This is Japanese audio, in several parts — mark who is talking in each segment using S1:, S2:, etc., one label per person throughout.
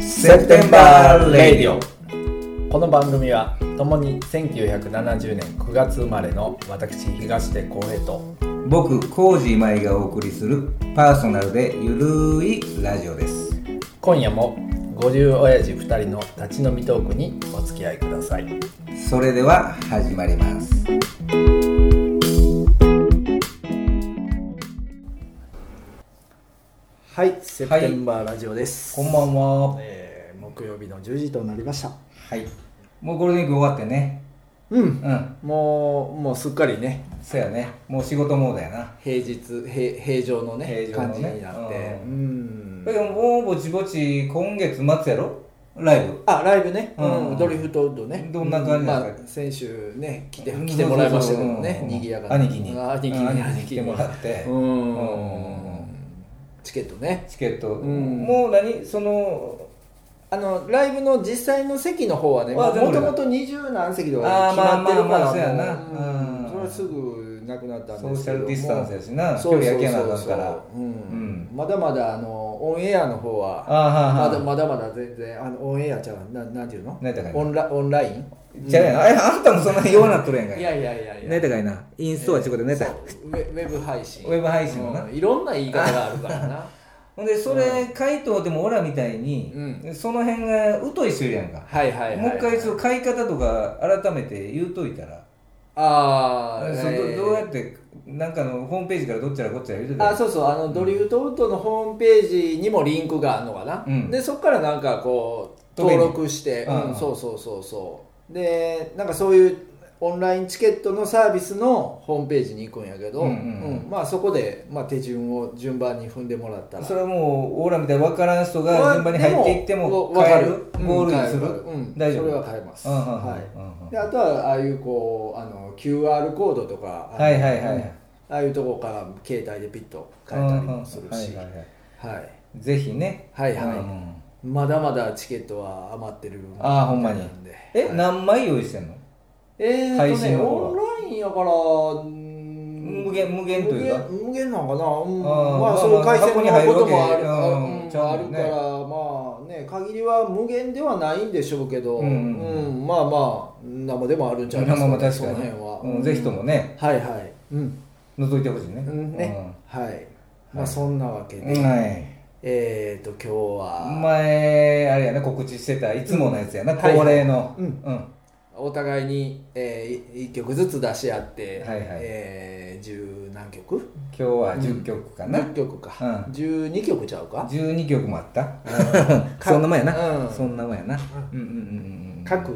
S1: セプテンバーレディオ
S2: この番組は共に1970年9月生まれの私東出光平と
S1: 僕コージー舞がお送りするパーソナルでゆるいラジオです
S2: 今夜も50親父2人の立ち飲みトークにお付き合いください
S1: それでは始まります
S3: はい、セプテンバーラジオです。
S1: こんばんはは
S3: えー木曜日の10時となりました。
S1: いもうゴールデンウィーク終わってね
S3: うん、
S1: うん
S3: もう、もうすっかりね、
S1: そやねもう仕事モードやな
S3: 平日、平平常のね
S1: 平常のね
S3: 感じになって、
S1: う
S3: うん
S1: だけどもうぼちぼち今月末やろライブ
S3: あ、ライブね、
S1: う
S3: うんん、ドリフトウッドね。
S1: どんな感じなんです
S3: ま
S1: か
S3: あ、先週ね、来て、
S1: うん
S3: 来てもらいましたけど
S1: う
S3: ね
S1: ん、
S3: 賑やかな。
S1: 兄貴に
S3: あ兄貴に、
S1: うん兄貴に来てもらって
S3: う
S1: うん
S3: ん。チケットね。
S1: チケット、
S3: うん
S1: もう何その
S3: あのライブの実際の席の方はね、
S1: まあ
S3: も
S1: 全部
S3: ともと二十何席と
S1: あ
S3: か
S1: ー
S3: 決まってるか
S1: まあ
S3: ら
S1: まあまあそうやな
S3: もう
S1: うん
S3: それはすぐなくなったん
S1: ソ
S3: で
S1: ー
S3: す
S1: シ
S3: けど
S1: ャ
S3: も
S1: ルディスタンスやしな
S3: そう
S1: 距
S3: そう
S1: 離やけなあ
S3: そう
S1: かん
S3: そ
S1: から
S3: う、うん
S1: ん
S3: まだまだあのオンエアの方は
S1: あーはーはー
S3: まだまだまだ全然あのオンエアちゃうななんていうの
S1: 何やったかいな
S3: オンラオンライン
S1: じゃあやなあれあんたもそんなに弱なっとるやんか
S3: いやいやいやいや
S1: ネタがいなインストアちゅうことでネタ、
S3: そうウェウェブ配信
S1: ウェブ配信のな
S3: うんいろんな言い方があるからな
S1: ほんでそれ回答でも俺らみたいに、
S3: う
S1: その辺が疎い人いるやんか、
S3: はいはいはい、
S1: もう一回その買い方とか改めて言うといたら、
S3: ああ
S1: そのどどうやってなんかのホームページからどっちらこっちら言うてた
S3: あそうそうあのドリフトウッドのホームページにもリンクがあるのかな、
S1: うん
S3: でそこからなんかこう
S1: 飛べ
S3: 登
S1: る
S3: 録して、
S1: うん
S3: うんそうそうそうそうでなんかそういうオンラインチケットのサービスのホームページに行くんやけど、
S1: う
S3: うんん
S1: うんうん
S3: まあ、そこで、まあ、手順を順番に踏んでもらったら
S1: それはもう俺らみたいに分からん人が順番に入っていっても
S3: わ
S1: 変え
S3: か
S1: る
S3: うん
S1: ゴールにする、
S3: 変えうん、
S1: 大丈夫
S3: それは変えます、
S1: うんうんうんうんう
S3: は
S1: ん
S3: い、であとはああいうこうあの QR コードとかあの
S1: はいはいはい
S3: うんああいうとこから携帯でピッと変えたりもするし、
S1: うんはいはいはい
S3: はい
S1: ぜひね
S3: はいはい
S1: うん
S3: まだまだチケットは余ってるみたい
S1: ああほんまに
S3: なんで
S1: え、
S3: はい
S1: 何枚用意してんの
S3: えー
S1: 配
S3: っと
S1: 信
S3: ね
S1: の方は
S3: オンラインやからうん
S1: 無限無限というか
S3: 無限無限なんかな、うん
S1: あー
S3: ま
S1: まあ
S3: あその回線
S1: 箱に
S3: の
S1: 入る
S3: こ
S1: わ
S3: と
S1: け
S3: もある
S1: あー
S3: うん
S1: ちゃう
S3: あ
S1: も
S3: る
S1: ん
S3: か
S1: ね
S3: らまあね限りは無限ではないんでしょうけど、
S1: う
S3: うんん
S1: うん
S3: まあまあ生でもあるんちゃいます
S1: まあまあ確
S3: そ
S1: か
S3: の
S1: に
S3: 辺は、
S1: うんぜひともね
S3: はいはいうん、
S1: 覗いてほしいね,、
S3: うん、ね、はいまあそんなわけ
S1: う
S3: で、
S1: んはい
S3: えーっと今日は
S1: 前あれやな告知してたいつものやつやな、
S3: うん
S1: 恒例の、
S3: うんお互いに、えー、1曲ずつ出し合って、
S1: はいはい
S3: えー、10何曲
S1: 今日は10曲かな、
S3: 10曲か、
S1: うん
S3: 12曲ちゃうか
S1: 12曲もあった
S3: うん
S1: そんなもんやな、
S3: うん
S1: そんなもんやな、うんうんうんうん
S3: 各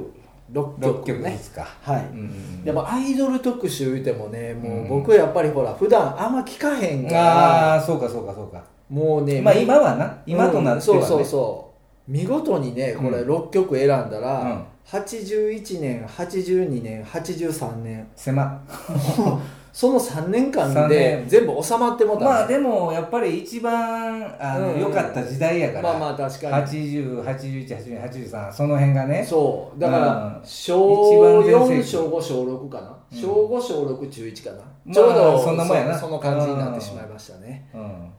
S3: 6
S1: 6
S3: 曲
S1: 曲で
S3: ね
S1: すか、
S3: はい、
S1: うんうん
S3: でもアイドル特集言うてもねも
S1: うん
S3: う僕やっぱりほら普段あんま聞かへん
S1: うん
S3: から、
S1: ああそうかそうかそうか
S3: もうね
S1: まあ
S3: み
S1: 今はな今となっては、ね
S3: うんそうそうそう見事にねこれ
S1: う
S3: 6曲選んだら、
S1: うん
S3: 81年82年83年
S1: 狭
S3: その3年間
S1: 三
S3: で
S1: 年
S3: 全部収まってもうたね、
S1: まあでもやっぱり一番あの
S3: うん
S1: 良、かった時代やから、
S3: まあまあ確かに
S1: 80818283その辺がね
S3: そうだか
S1: うん
S3: ら
S1: 一番
S3: 小
S1: 全盛
S3: 4
S1: 期
S3: 小5小6かな、
S1: うん
S3: 小5小6中1かな、
S1: まあ
S3: ちょうど
S1: そんなもんやな
S3: そその感じになってしまいましたね
S1: う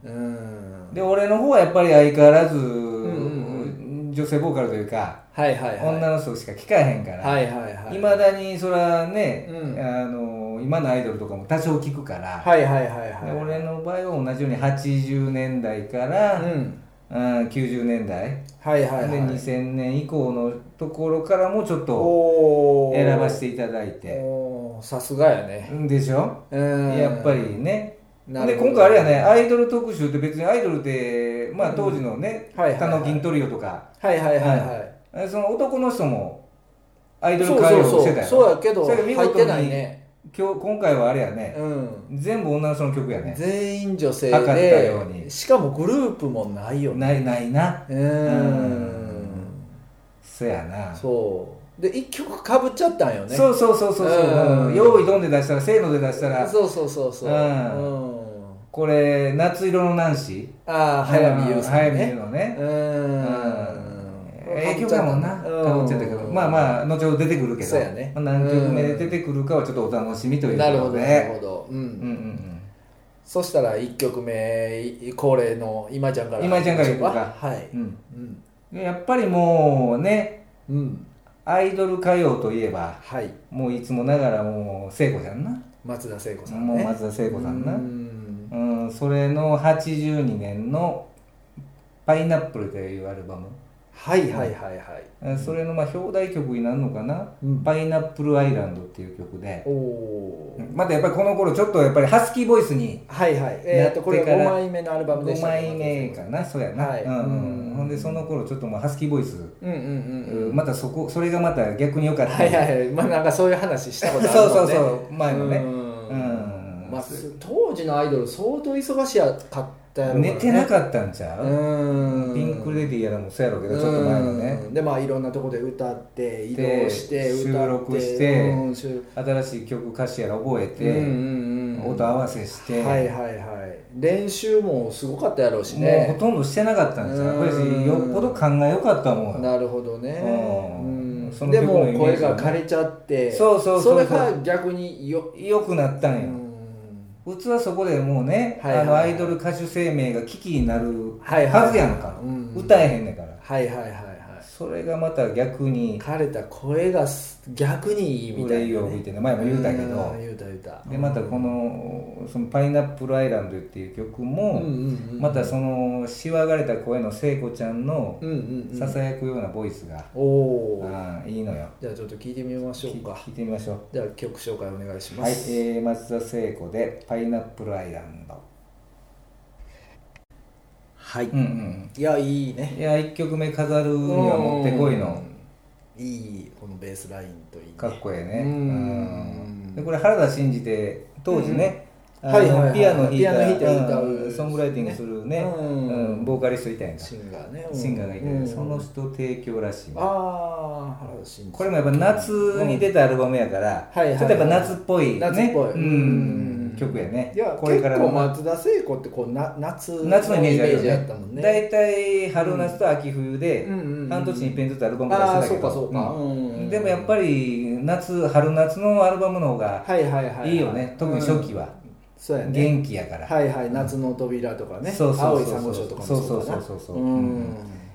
S1: ん
S3: うん
S1: で俺の方はやっぱり相変わらず、
S3: ん
S1: 女性ボーカルというか、
S3: はいはいはい
S1: 女の人しか聴かへんから、
S3: はいはいはい
S1: いまだにそらね、
S3: うん
S1: あの今のアイドルとかも多少聞くから、
S3: はいはいはいはい
S1: で俺の場合は同じように80年代から、う
S3: うん
S1: ん、90年代、
S3: はいはいはい
S1: で2000年以降のところからもちょっと
S3: おー
S1: 選ばせていただいて
S3: おーさすがやね
S1: でしょ、
S3: うん
S1: やっぱりね
S3: な
S1: で
S3: るほど
S1: 今回あれやねアイドル特集って別にアイドルって、まあ、当時のね
S3: はいはい
S1: 他の銀トリオとか、
S3: はいはいはいはい、
S1: えその男の人もアイドル
S3: そう
S1: 歌
S3: そう
S1: 謡
S3: そ
S1: して
S3: う
S1: たよ
S3: そうやけど
S1: そ
S3: 入
S1: れ見事に
S3: ってないね
S1: 今日今回はあれやね、
S3: うん
S1: 全部女の人の曲やね
S3: 全員女性
S1: 測ったように
S3: でしかもグループもないよね
S1: ないないな
S3: う
S1: うん
S3: ん
S1: そやなそ
S3: そうで1曲かぶっちゃったんよ
S1: う,、
S3: ね
S1: そうそうそうそう
S3: うん
S1: うん用意どんで出したらせーので出したら
S3: そうそうそうそう
S1: う
S3: うんん、
S1: これ夏色のナンシ
S3: あ
S1: ー
S3: あ早見優さん
S1: うん早見優
S3: ね
S1: のね
S3: う
S1: うん
S3: ん
S1: ええ曲やもんなかぶっちゃったけどまあ
S3: あ
S1: まあ後ほど出てくるけど
S3: そうやね
S1: まあ、何曲目で出てくるかはちょっとお楽しみということ
S3: な
S1: で
S3: るほどなるほどうん、
S1: うんうん
S3: そしたら1曲目い恒例の今ちゃんから
S1: 今井ちゃんからいこうか
S3: はい、
S1: うんうん
S3: うん
S1: でやっぱりもうね
S3: うん
S1: アイドル歌謡といえば
S3: はい
S1: もういつもながらもう聖子ちゃんな
S3: 松田聖子さんね
S1: もう松田聖子さんな
S3: うん
S1: うんそれの82年の「パイナップル」というアルバム
S3: はいはいはいはい
S1: うんそれのまあ表題曲になるのかな「
S3: うん
S1: パイナップルアイランド」っていう曲で
S3: おおー
S1: またやっぱりこの頃ちょっとやっぱりハスキーボイスに
S3: はいはいえーっとこれ
S1: なってから
S3: 5枚目のアルバムでし
S1: 5
S3: たね
S1: 枚目かなそうやな、
S3: はい
S1: うんうん
S3: うん
S1: ほんでその頃ちょっともうハスキーボイス、
S3: うんうんうんうん
S1: またそこそれがまた逆に良かった、
S3: はいはいはいまあなんかそういう話したことある
S1: そ
S3: もん
S1: う
S3: ね
S1: そうそう前のね
S3: うん
S1: うん
S3: まあす当時のアイドル相当忙しかったやろうから
S1: 寝
S3: ね
S1: てなかったんちゃう、
S3: うん
S1: ピンク・レディーやらもそうやろうけどちょっと前のね
S3: うんでまあいろんなとこで歌って移動して歌っ
S1: で
S3: て
S1: 収録して
S3: うん収
S1: 新しい曲歌詞やら覚え
S3: うん
S1: て、
S3: うんうん
S1: 音合わせして、
S3: はいはいはい練習もすごかったやろうし
S1: もう
S3: ね
S1: ほとんどしてなかったんちゃ
S3: うん
S1: うこれしよっぽど考えよかったもん
S3: なるほどね、
S1: う
S3: うんん
S1: その
S3: で
S1: 曲のイメー
S3: も
S1: ジ
S3: 声が枯れちゃって
S1: そうそうそうそう
S3: それが逆によ
S1: 良くなったん
S3: う
S1: よ、
S3: ん
S1: 普通はそこでもうね、
S3: はいはい
S1: あのアイドル歌手生命が危機になる
S3: はいはい
S1: はずやんか、
S3: うん
S1: 歌えへんねんから
S3: はいはいはいはい
S1: それがまた逆に
S3: 枯れた声がす逆にいいみたいな、
S1: 憂いを吹いてね前も言うたけど
S3: ん言うた言うた
S1: でまたこの「そのパイナップルアイランド」っていう曲
S3: うんう
S1: も、
S3: んうん
S1: またそのしわがれた声の聖子ちゃんの
S3: うんうんうん
S1: ささやくようなボイスが、
S3: おおー
S1: あーいいのよ
S3: じゃあちょっと聞いてみましょ
S1: き
S3: うか
S1: 聞いてみましょ
S3: では曲紹介お願いし
S1: う
S3: ま
S1: はい、
S3: す、
S1: えー、松田聖子で「パイナップルアイランド
S3: はい」
S1: うんうん
S3: いやいいね
S1: いや1曲目飾るにはもってこいの
S3: うんいいこのベースラインといいね
S1: かっこええね
S3: う
S1: うんんでこれ原田真二って当時ね、
S3: うん
S1: あの
S3: はいはいはい
S1: ピアノ弾いた
S3: ピアノ弾いて歌うん
S1: ソングライティングするね、
S3: うん
S1: うんボーカリストいたやんか
S3: シンガーねうん
S1: シンガーがいて、
S3: うん
S1: その人提供らしいわ
S3: ああ原田真二
S1: これもやっぱ夏に出たアルバムやか
S3: うん
S1: ら、
S3: はいはいはい
S1: ちょっとやっぱ夏っぽい、ね、
S3: 夏っぽい
S1: う
S3: う
S1: ん
S3: ん
S1: 曲やね
S3: いや
S1: これからの
S3: 結構松田聖子ってこうな夏
S1: 夏のイメージあるよ
S3: や
S1: ね
S3: ったもんね
S1: 大体春夏と秋冬で、
S3: うんうんうん
S1: 半年に一遍ずつアルバム出して
S3: ああ
S1: た
S3: そ
S1: け
S3: う
S1: ど
S3: かそうか、
S1: うん
S3: うん
S1: でもやっぱり夏春夏のアルバムの方が
S3: はいはいはいはい
S1: いよね、特に初期は、
S3: そうやね
S1: 元気やから、
S3: はいはい夏の扉とかね、
S1: そうそうそうそう
S3: 青い珊瑚礁とかもそうだな
S1: そうそうそうそう
S3: うん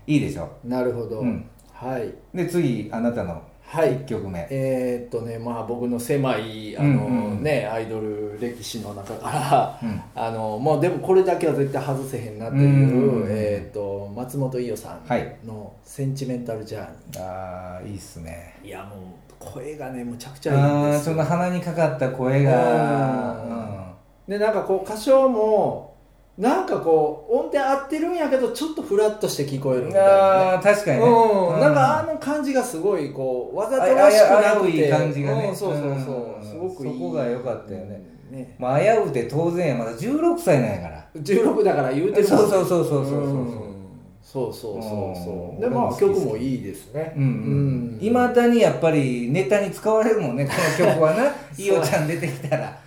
S1: いいでしょ
S3: なるほど、
S1: うん
S3: はい
S1: で次あなたの
S3: はい
S1: 1曲目、
S3: えーっとねまあ僕の狭いあの、
S1: うんうん
S3: ねアイドル歴史の中から、
S1: うん
S3: あのもうでもこれだけは絶対外せへんなという、
S1: うん
S3: えーっと松本伊代さ
S1: はい
S3: んの「センチメンタル・ジャーニー」
S1: ああいいっすね
S3: い、やもう声がねむちゃくちゃいいん
S1: あ
S3: で
S1: あ
S3: す
S1: そ
S3: よ
S1: の鼻にかかった声が、
S3: うん
S1: うん
S3: でなんかこう歌唱もなんかこう音程合ってるんやけどちょっとフラッとして聞こえるみたいな、ね
S1: あー確かにね、
S3: うんなんかあ
S1: あ
S3: の感じがすごいこうわざとらしくなくて
S1: あああ危うい感じがね
S3: うんそうそうそう、
S1: うん
S3: すごくいい
S1: そこが良かったよね、
S3: うんね
S1: まあ、危うくて当然やまだ16歳なんやから
S3: 16だから言うてるもんね
S1: そうそうそうそうそうそ
S3: そう
S1: う
S3: そうそうそ
S1: うん
S3: うで
S1: 俺
S3: ま
S1: も
S3: あ
S1: 好きです
S3: 曲もいいですね
S1: うん
S3: うん
S1: いま、未だにやっぱりネタに使われるもんねこの曲 はな伊代ちゃん出てきたら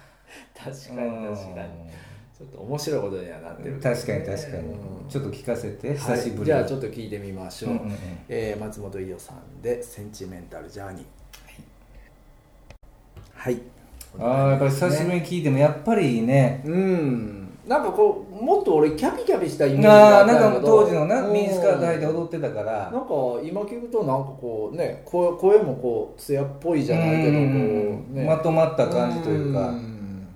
S3: 確かに確かにちょっと面白いことにはなって
S1: う
S3: る
S1: ん
S3: けどね
S1: 確かに確かに、
S3: うん
S1: ちょっと聞かせて久しぶりに、
S3: はい、じゃあちょっと聞いてみましょう、
S1: うんうんうん
S3: えー松本伊代さんで「センチメンタル・ジャーニー」はい、
S1: ああやっぱり久しぶりに聞いてもやっぱりね
S3: うんなんかこうもっと俺キャピキャピしたイメージがあ
S1: ああ
S3: った
S1: なん
S3: やけど
S1: か当時のな
S3: うん
S1: ミニスカート履いて踊ってたか
S3: な
S1: ら
S3: んか今聞くとなんかこうね声声もこう艶っぽいじゃないけどこう、
S1: うん
S3: ね、
S1: まとまった感じというか
S3: ん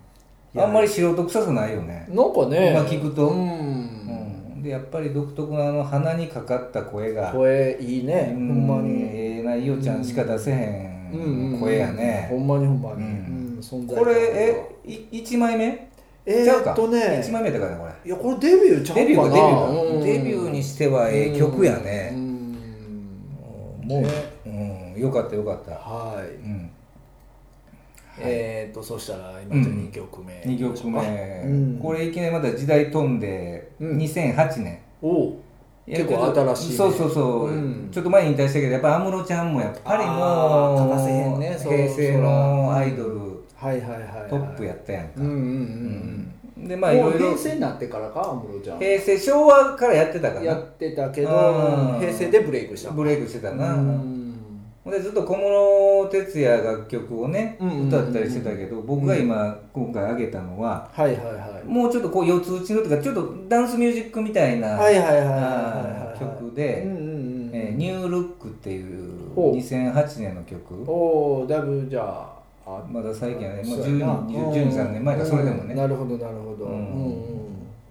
S1: あんまり素人臭くないよね、
S3: なんかね
S1: 今聞くと
S3: うん、
S1: うんでやっぱり独特のあの鼻にかかった声が
S3: 声いいね、
S1: うん
S3: ほんまに、
S1: ええな伊代ちゃんしか出せへ
S3: うんうんうん
S1: ん声やね、
S3: ほんまにほんまに、
S1: う
S3: うんん存在感
S1: これえい1枚目
S3: え
S1: ちゃう
S3: ー
S1: か
S3: っとね
S1: 1枚目だからねこれ
S3: いやこれデビューちゃうかな
S1: デビューかデビューか、
S3: うん
S1: デビューにしてはええ曲やね、
S3: うん
S1: もう、
S3: ね
S1: うん、よかったよかった、
S3: はい、
S1: うん、
S3: えーっとそしたら今じゃあ2曲目、
S1: 2曲目、
S3: うん
S1: これいきなりまた時代飛んで、
S3: うん
S1: 2008年
S3: おお結構新しいね
S1: そうそうそう、
S3: うん
S1: ちょっと前に引退したけどやっぱ安室ちゃんもやっぱりもう
S3: あー欠かせへんねそう
S1: 平成のアイドル
S3: はいはいはい、はい、
S1: トップやったやんか、
S3: うんうんうん
S1: で
S3: うん、
S1: まあい
S3: もう
S1: ろいろ
S3: 平成になってからか安室ちゃん
S1: 平成昭和からやってたから
S3: や
S1: な
S3: ってたけど
S1: うん
S3: 平成でブレイクした
S1: ブレイクしてたな、
S3: うん
S1: ほんでずっと小室哲哉楽曲をね、
S3: うんうんうんうん
S1: 歌ったりしてたけど僕が今今回挙げたのは、
S3: はいはいはい
S1: もうちょっとこう四つ打ちのというかちょっとダンスミュージックみたいな、
S3: はいはいはいはいはいはい
S1: あー曲で、
S3: うんうんうん
S1: ニュールックっていう
S3: ほう
S1: 2008年の曲
S3: おおだいぶじゃああ
S1: まだ最近はねもう
S3: そうやな
S1: 10 10 13年前か
S3: うん
S1: それでもね
S3: なるほどなるほど
S1: う
S3: うんんうん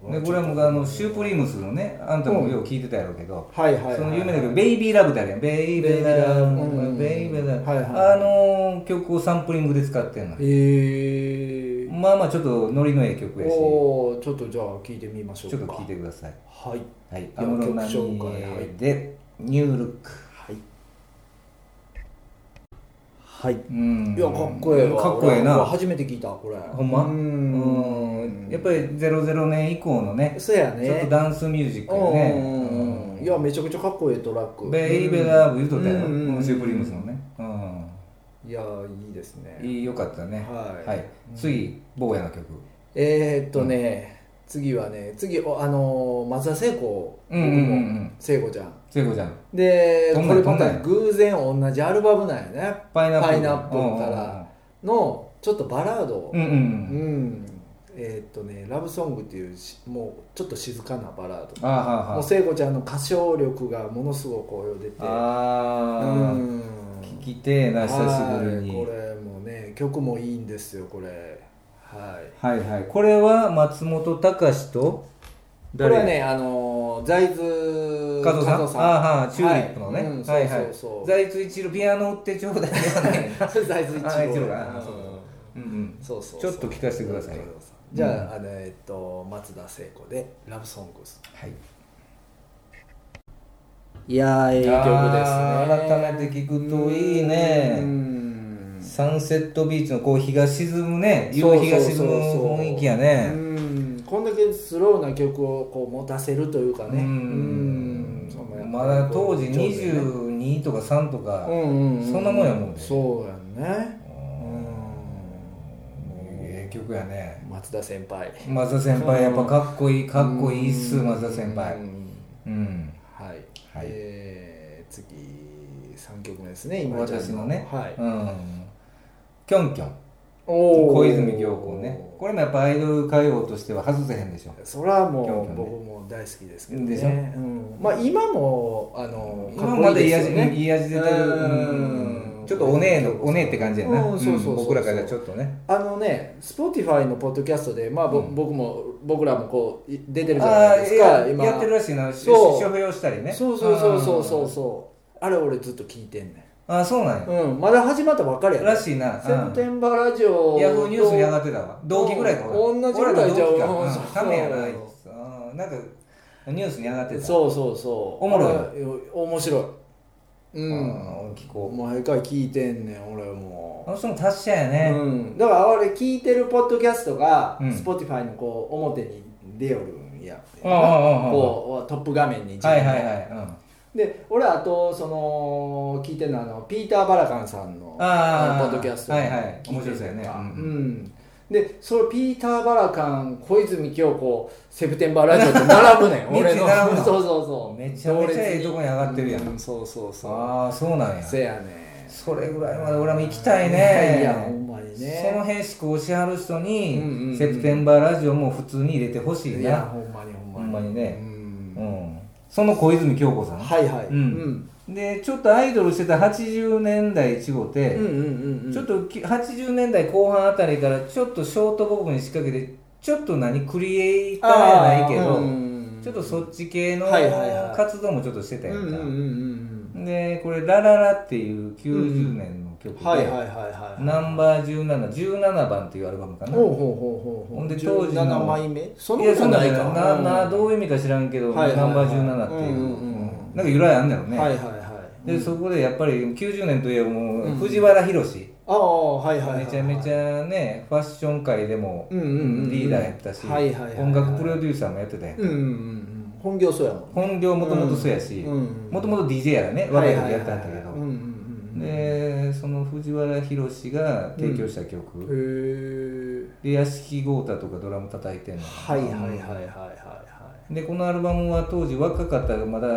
S3: う
S1: で
S3: ん
S1: これはもうあのシュープリームスのねあんたもよう聞いてたやろうけど、
S3: はいはいはい
S1: その有名な曲「ベイビーラブ」ってあるやん「ベイビーラブ」「ベイビーラブ」
S3: はいはい
S1: あの曲をサンプリングで使ってんの
S3: へえ
S1: まあまあちょっとノリのええ曲やしちょ
S3: おおちょっとじゃあ聞いてみましょうか
S1: っと聴いてください
S3: はい
S1: はい
S3: や
S1: 安室奈
S3: 曲紹
S1: 美
S3: 介はい
S1: 恵で「ニュールック
S3: はいはい」
S1: うん
S3: いやかっこええわ
S1: かっこええな
S3: 俺初めて聞いたこれ
S1: ほんま
S3: う
S1: うん
S3: ん
S1: やっぱり00年以降のね
S3: そうやね
S1: ちょっとダンスミュージックよ
S3: う
S1: ね
S3: んうんいやめちゃくちゃかっこいいトラック
S1: ベイベラブ言うとったやろ、
S3: う
S1: うん
S3: うんうん
S1: シュープリームスのね、うん
S3: いやいいですね
S1: いいよかったね
S3: はい
S1: 次坊やの曲
S3: えー、っとね、次はね次おあのー松田聖子
S1: うんうんうんうん
S3: 聖子ちゃん
S1: 聖子ちゃん
S3: で
S1: どん
S3: こ
S1: な
S3: れ
S1: ど
S3: ま
S1: んな
S3: た
S1: や
S3: 偶然同じアルバムなんやね
S1: パイナップル
S3: からのちょっとバラード
S1: うんうん
S3: う
S1: うん
S3: んえー、っとね「ラブソング」っていうしもうちょっと静かなバラード
S1: あーはー
S3: もう
S1: はー
S3: 聖子ちゃんの歌唱力がものすごくこう出て
S1: あー
S3: うん
S1: 聞きてえな久しぶりに
S3: はいこれもね曲もいいんですよこれはい
S1: はいはいこれは松本隆と
S3: これは
S1: 誰
S3: ね、あのー、財津
S1: 加藤さん
S3: 加藤さん
S1: あーはーチューリップのね、
S3: はいうんそう
S1: はいはい
S3: そうそう
S1: 財津一郎ピアノ売ってちょうだいではない
S3: 財津一
S1: あー一郎
S3: 郎
S1: があーそう うんうん
S3: そうそう
S1: ちょっと聞かせてくださいよ
S3: じゃあ,、あのえっと松田聖子で「ラブソングス
S1: はい」
S3: いやーいい曲ですね
S1: 改めて聞くといいね
S3: うん
S1: サンセットビーチのこう日が沈むね夕日が沈む雰囲気やね
S3: うんこんだけスローな曲をこう持たせるというかね
S1: うん
S3: そんな
S1: まだ当時
S3: 上手ね
S1: 22とか3とか、
S3: うんうんうん
S1: そんなもんやもんね
S3: そうやんね
S1: ええ曲やね
S3: うん松田先輩
S1: 松田先輩やっぱかっこいいかっこいいっす
S3: うん
S1: 松田先輩
S3: うん
S1: うん
S3: はい、
S1: はい
S3: えー次3曲目ですね今ちゃん
S1: 私のね
S3: はい、
S1: うんキョンキョン
S3: おー
S1: 小泉京子ねこれもやっぱアイドル歌謡としては外せへんでしょ
S3: それはも
S1: キョンキョン
S3: う
S1: ね
S3: 僕も大好きですけどね
S1: でしょ
S3: うん、まあ今もあの
S1: 今まだいい味
S3: かっこ
S1: いい味出てる
S3: うん
S1: うんちょっとお姉のお姉って感じやな
S3: うんそうそうそう
S1: うん僕らからちょっとね
S3: あのね Spotify のポッドキャストで、まあぼ
S1: うん
S3: 僕も僕らもこうい出てるじゃ
S1: あ
S3: な
S1: あ
S3: いです
S1: ー
S3: か
S1: や
S3: 今
S1: やってるらしいなし
S3: そう
S1: 書評したりね
S3: そうそうそうそうそう
S1: う
S3: そうあれ俺ずっと聞いてんね
S1: あーそうなんや
S3: ん、うん、まだ始まったばっかりやね
S1: らしいな。
S3: セブテンバーラジオ
S1: ヤフーニュースに上がってたわ。同期ぐらいか。
S3: うん同じぐらいじゃん
S1: 俺らと
S3: うん
S1: 同期
S3: そう
S1: か。ためやな。あいつあーなんか、ニュースに上がってた。う。
S3: そうそうそう
S1: おもろい
S3: い面白いうん
S1: 俺聞こ
S3: 毎回聞いてんねん俺
S1: う。あ
S3: も
S1: の人も達者や
S3: う
S1: ね。
S3: んだから俺聞いてるポッドキャストが
S1: うん
S3: Spotify のこう表に出よるんや
S1: うんうんうんうん
S3: こうトップ画面に
S1: はいはいはいい。うん
S3: で俺あとその聞いてるのはあのピーター・バラカンさんの
S1: あー
S3: あのポッドキャスト
S1: はいはい
S3: 聞て
S1: 面白そうやね
S3: う
S1: うんん、
S3: でそのピーター・バラカン小泉今日子セプテンバーラジオと並ぶね ん俺
S1: めっち
S3: の
S1: ゃ並ぶな
S3: そうそうそう
S1: めちゃめちゃええとこに上がってるやん
S3: うそうそうそう
S1: ああ、そうなんや。
S3: せやね
S1: それぐらいまで俺も行きたい
S3: いや
S1: ね。
S3: いやほんまにね
S1: その辺志向しはる人に、
S3: うんうんうん
S1: セプテンバーラジオも普通に入れてほしい
S3: いや
S1: な。
S3: ほんまにほんま
S1: ほ
S3: に
S1: んまに
S3: う
S1: ね。うんん。その小泉京子さん。
S3: はいはい
S1: うんで、ちょっとアイドルしてた80年代一号
S3: う
S1: で、
S3: んうんうんうん
S1: ちょっとき80年代後半あたりからちょっとショート部分に仕掛けてちょっと何クリエイターやないけど、ちょっとそ
S3: っ
S1: っち系の
S3: はいはいはい
S1: 活動もちょっとしてた
S3: うん
S1: や
S3: うんんうん
S1: か、
S3: うん
S1: でこれ「ラララ」っていう90年の曲
S3: うん
S1: で、
S3: はいはいはいはい
S1: ナンバー1717番っていうアルバムかな
S3: ほうほうほうほう
S1: ほ
S3: ほ
S1: ん
S3: う
S1: で当時の
S3: 7枚目そん
S1: い
S3: なこ
S1: や
S3: と
S1: そんな
S3: なんい
S1: じゃ
S3: か
S1: ないななどう
S3: う
S1: いう意味か知らんけど、
S3: はいはいはい
S1: ナンバー17ってい
S3: う
S1: う,、
S3: んうんうん
S1: なんか由来あんだよね、
S3: はいはいはい
S1: でそこでやっぱり90年といえばもう
S3: うん
S1: 藤原宏、
S3: ああはいはいはいはい
S1: めちゃめちゃねファッション界でも
S3: うんうんうんうん
S1: リーダーやったし
S3: はいはいはいはい
S1: 音楽プロデューサーもやってたやん
S3: うんうんうんうん本業そうやもん
S1: 本業もともとそうやし
S3: うんうん
S1: もともと DJ やらね若い時やったんだけ
S3: はいはいはいはい
S1: ど
S3: うんうんうん
S1: でその藤原宏が提供した曲
S3: へえ
S1: で屋敷豪太とかドラム叩いてんの
S3: はいはいはいはいはいは
S1: でこのアルバムは当時若かったがまだ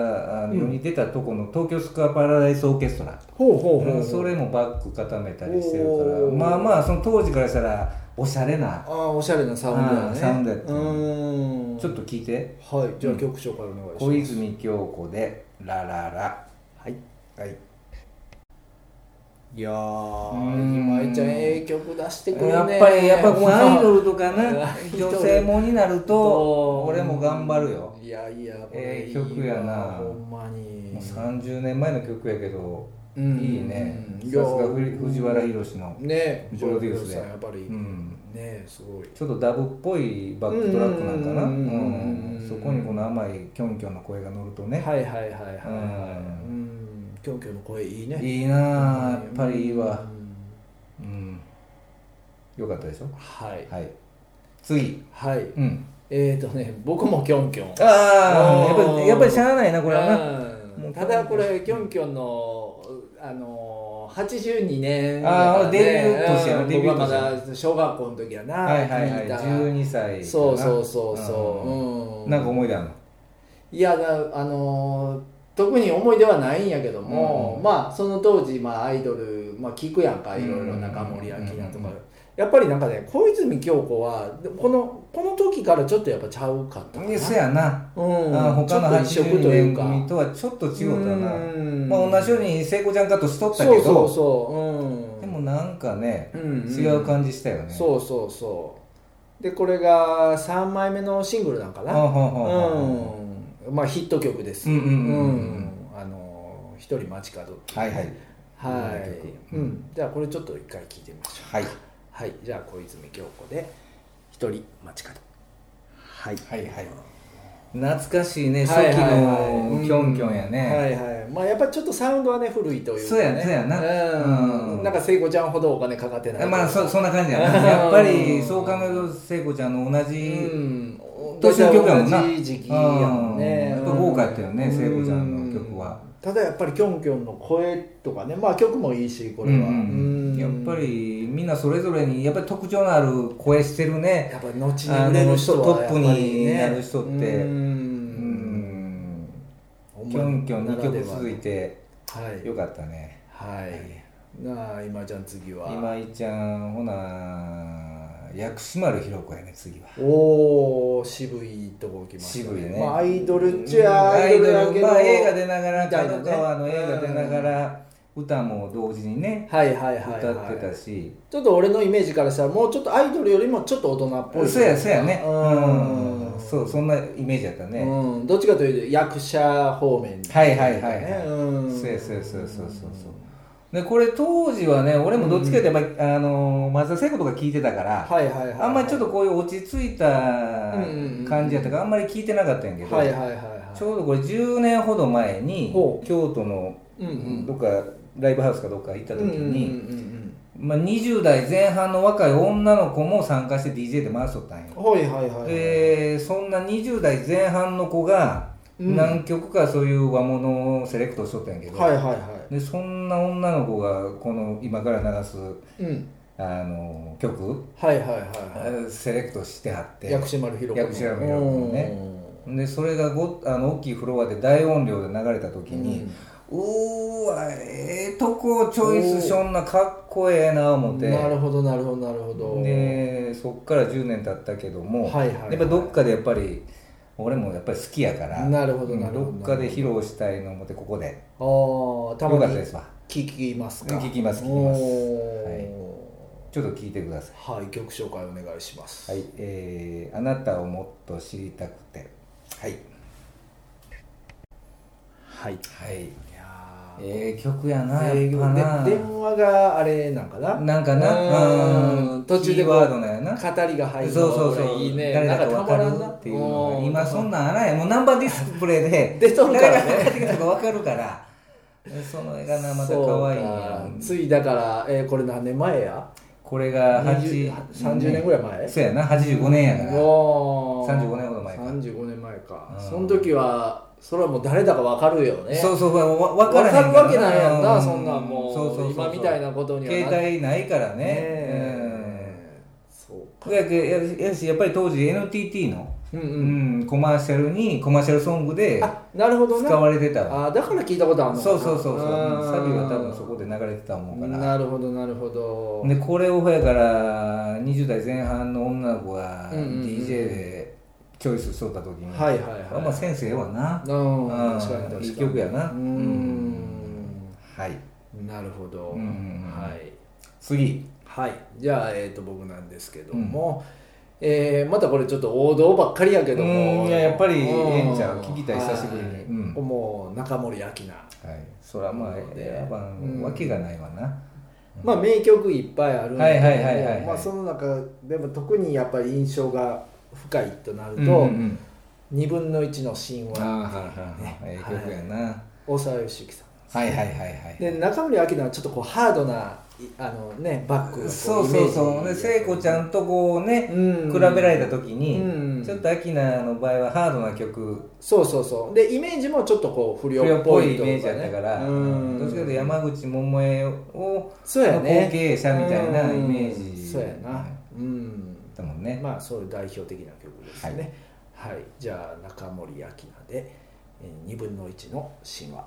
S1: あの世に出たとこの東京スカパラダイスオーケストラ
S3: いほうほうほうほう
S1: それもバック固めたりしてるから
S3: おー
S1: まあまあその当時からしたらおしゃれな
S3: ああおしゃれなサウンドや
S1: ああ
S3: ね
S1: サウンドやった
S3: うーん
S1: ちょっと聞いて
S3: はいじゃあ曲紹介お願いします
S1: 小泉京子で「ラララ」
S3: はい
S2: はい
S3: いやー
S1: うん
S3: 今井ちゃんええ曲出してくるね
S1: やっぱりやっぱこうアイドルとか
S3: うん
S1: な女性もんになると
S3: うん
S1: 俺も頑張るよ
S3: いやいやこれい
S1: ええ
S3: いわ
S1: 曲やな
S3: ほんまに
S1: もう30年前の曲やけど
S3: うん
S1: いいね
S3: う
S1: さ
S3: ん
S1: す
S3: いや
S1: が藤藤原宏の
S3: ね
S1: プロデュースで
S3: プロやっぱり
S1: う
S3: ね
S1: ん
S3: すごい
S1: ちょっとダブっぽいバックトラックなんかな
S3: うんうんうんうん
S1: うんそこにこの甘いキョンキョンの声が乗るとね
S3: はいはいはいはいはい
S1: うん
S3: うんキョンキョンの声いいね
S1: いいなあやっぱりいいわ
S3: うん
S1: うんよかったでしょ
S3: はい
S1: はい次
S3: はい
S1: うん
S3: えーとね僕もキョンキョン
S1: ああや
S3: お
S1: っぱ
S3: ー
S1: りやっぱりしゃあないなこれはな
S3: うん
S1: もう
S3: ただこれキョンキョンのあのー82年
S1: あーデビュー年やな
S3: うん
S1: デビュー年
S3: 僕はまだ小学校の時やな
S1: はいはいはい
S3: 聞いた
S1: 12歳
S3: そうそうそうそう、う
S1: なんか思い出あるの
S3: いやだあのー特に思い出はないんやけども、
S1: うん
S3: まあその当時、まあ、アイドル、まあ、聞くやんかいろいろ
S1: うん
S3: 中森明菜と
S1: うん
S3: か、やっぱりなんかね小泉今日子はこのこの時からちょっとやっぱちゃうかったかな
S1: えそやな、
S3: うん
S1: あ他の
S3: ちょっと異色という
S1: 80年
S3: か
S1: 組とはちょっと違うたな、
S3: うん
S1: まあ、同じように聖子ちゃんかとしとったけ
S3: そ
S1: ど
S3: うそうそう、うん、
S1: でもなんかね、
S3: うん
S1: 違う感じしたよねう
S3: そうそうそうでこれが3枚目のシングルなんか
S1: あ
S3: な
S1: はあはあは
S3: うんまあヒット曲です。
S1: うんうんうんうん
S3: うんあの一人街角。
S1: あはいはい
S3: は
S1: 有名な曲
S3: い。うん。じゃあこれちょっと一回聞いてみましょ
S1: はい、
S3: う。はい。じゃあ小泉今日子で一人街角。はい。
S1: はいはい懐かしいね初
S3: はいはい
S1: 期
S3: はい
S1: のキョンキョンやね、
S3: はいはい。まあやっぱちょっとサウンドはね古いというかね。
S1: そうやそうやな
S3: う。
S1: うんん
S3: なんか聖子ちゃんほどお金かかってない。
S1: まあそそんな感じやな
S3: うん
S1: やっぱりそう考えると聖子ちゃんの同
S3: う
S1: じ、
S3: ん。
S1: 年の曲やもんな
S3: 同じ時期やもんね。
S1: うんやっぱ豪華やったよね
S3: うん
S1: 聖子ちゃんの曲は。
S3: ただやっぱりキョンキョンの声とかね、まあ曲もいいし、これは。
S1: うん
S3: うん
S1: やっぱ。りみんなそれぞれにやっぱり特徴のある声してるね
S3: やっぱ後に
S1: あ
S3: 売れる
S1: の
S3: 人
S1: ト
S3: はや
S1: ッ
S3: っぱ
S1: プ
S3: り
S1: に
S3: ね
S1: なる人って
S3: う。
S1: うんんキョンキョン2曲続い。て
S3: はい。
S1: よかったね
S3: はい。なあ、今ちゃん次は。
S1: 今井ちゃんほな薬師丸ひろ子やね次は
S3: おお渋いとこ来ました
S1: 渋いね
S3: まあ、アイドルっちゃア
S1: ア
S3: イ
S1: イ
S3: ド
S1: ド
S3: ル
S1: ル
S3: やけど、
S1: まあ映画出ながら
S3: みたいなね
S1: 角川の映画出ながら歌も同時にね
S3: はいはいはい、
S1: 歌
S3: はい、
S1: ってたし
S3: ちょっと俺のイメージからしたらもうちょっとアイドルよりもちょっと大人っぽい
S1: そうやそうやね
S3: うん、
S1: うんそうそんなイメージやったね
S3: うん、どっちかというと役者方面
S1: はいはいはいはい、
S3: ねうん
S1: そうやそうやそうやそうやそうやでこれ当時はね俺もどっちかってやっぱり、あの松田聖子とか聞いてたから、
S3: はいはいはい
S1: あんまりちょっとこういう落ち着いた
S3: うんうんうん
S1: 感じやったからあんまり聞いてなかったんやけど、
S3: はいはいはいはい
S1: ちょうどこれ10年ほど前に
S3: ほう
S1: 京都の
S3: うんうん
S1: どっかライブハウスかどっか行った時に、
S3: うんうんうん
S1: まあ、20代前半の若い女の子も参加して DJ で回しとったんよ
S3: うんはいはいはいはい
S1: でそんな20代前半の子が
S3: うん
S1: 何曲かそういう和物をセレクトしとったんやけど、
S3: はいはいは
S1: でそんな女の子がこの今から流す
S3: いうん
S1: あの曲、
S3: はいはいはいは
S1: セレクトしてはっ
S3: い
S1: て
S3: 薬師丸ひろ子
S1: 薬師丸ひろ子のねでそれがごあの大きいフロアで大音量で流れた時に、うーわええとこチョイスしょんなかっこええな
S3: う
S1: 思
S3: ん
S1: って
S3: なるほどなるほどなるほど
S1: でそっから10年経ったけども、
S3: はいはいはい
S1: やっぱどっかでやっぱり俺もやっぱり好きやから
S3: なるほど
S1: うん
S3: なるほど
S1: どっかで披露したいの思ってここで
S3: あーた
S1: よか
S3: ま
S1: った
S3: に
S1: ですわ
S3: 聞きますか
S1: 聞きます聞きます
S3: おー
S1: ちょっと聞いてくださ
S3: はい、曲紹介お願いします
S1: いはいえーあなたをもっと知りたくて」はい
S3: はい
S1: はい
S3: いやー
S1: ええ曲やなや
S3: で
S1: っぱな
S3: で電話があれなんかな
S1: なんかな
S3: うん
S1: うん
S3: 途中で
S1: キー
S3: こう
S1: ワードなんやな
S3: 語りが入る
S1: そうそうそう
S3: いいね
S1: 誰
S3: な
S1: だ
S3: んか
S1: か
S3: たま
S1: 分からる
S3: んな
S1: っていうの
S3: う
S1: が
S3: ん
S1: 今そんなんあらへんもうナンバーディスプレイ で
S3: 出とるからね
S1: 誰が分かってきたか分かるからその絵がなまた可愛いんや
S3: そうかついだから、えーこれ何年前や
S1: これが
S3: 20 30年ぐ
S1: らい
S3: らい前
S1: そうやな85年やから
S3: おー
S1: 35年ほど前か
S3: 35年前か、
S1: うん
S3: その時はそれはもう誰だか分かるよね
S1: そうそうわ
S3: 分
S1: 分
S3: か
S1: かららへん
S3: るわけないやんな、
S1: う
S3: そんなんもう
S1: そうそうそう
S3: 今みたいなことにはな
S1: 携帯ないからね
S3: えそう
S1: うんやけややしやっぱり当時 NTT の、
S3: うんう
S1: うん
S3: ん
S1: コマーシャルにコマーシャルソングで
S3: あなるほどね
S1: 使われてたわ
S3: あーだから聞いたことあるのか
S1: そ
S3: な
S1: うそうそうそう
S3: うん
S1: サビは多分そこで流れてたと思うから
S3: なるほどなるほど
S1: でこれをやから20代前半の女の子が
S3: うんうんうん
S1: DJ でチョイスしとった時に、
S3: はいはいはい
S1: あまあ先生はな
S3: うん
S1: うん
S3: 確かに確かに
S1: いい曲やな
S3: うん
S1: はい
S3: なるほど、
S1: うんうんうん
S3: はい
S1: 次
S3: はい、じゃあ、えー、と僕なんですけども、えーまたこれちょっと王道ばっかりやけども
S1: うんいややっぱり
S3: うん
S1: ええんちゃう聞きたい久しぶりに
S3: はい
S1: うん
S3: もう中森明菜、
S1: はいそれはまあ選ば
S3: うん
S1: んわけがないわな
S3: まあ、名曲いっぱいあるんだ
S1: はいはいはいはいはい
S3: まあ、その中でも特にやっぱり印象が深いとなると、
S1: うんうんうん
S3: 2分の1の神
S1: ああ
S3: 話
S1: はいはいはいええ曲やな
S3: 大沢良幸さん
S1: はいはいはいはい
S3: で中森明菜はちょっとこうハードないあの、ね、バックがこ
S1: そうそうそうで聖子ちゃ
S3: ん
S1: んとこうね比
S3: 比
S1: べられた時に、
S3: うん
S1: ちょっとアキナの場合はハードな曲
S3: そうそうそうでイメージもちょっとこう不良
S1: 不良
S3: っ
S1: っ
S3: ぽ
S1: ぽ
S3: い
S1: いイ
S3: と
S1: メージだったから、
S3: うん
S1: どっちかというと山口百恵を
S3: そうやね
S1: の後継者みたいなイメージ
S3: うんそうやなうん
S1: だもんね、
S3: まあそういう代表的な曲ですねはい、じゃあ中森明菜でえー2分の1の神話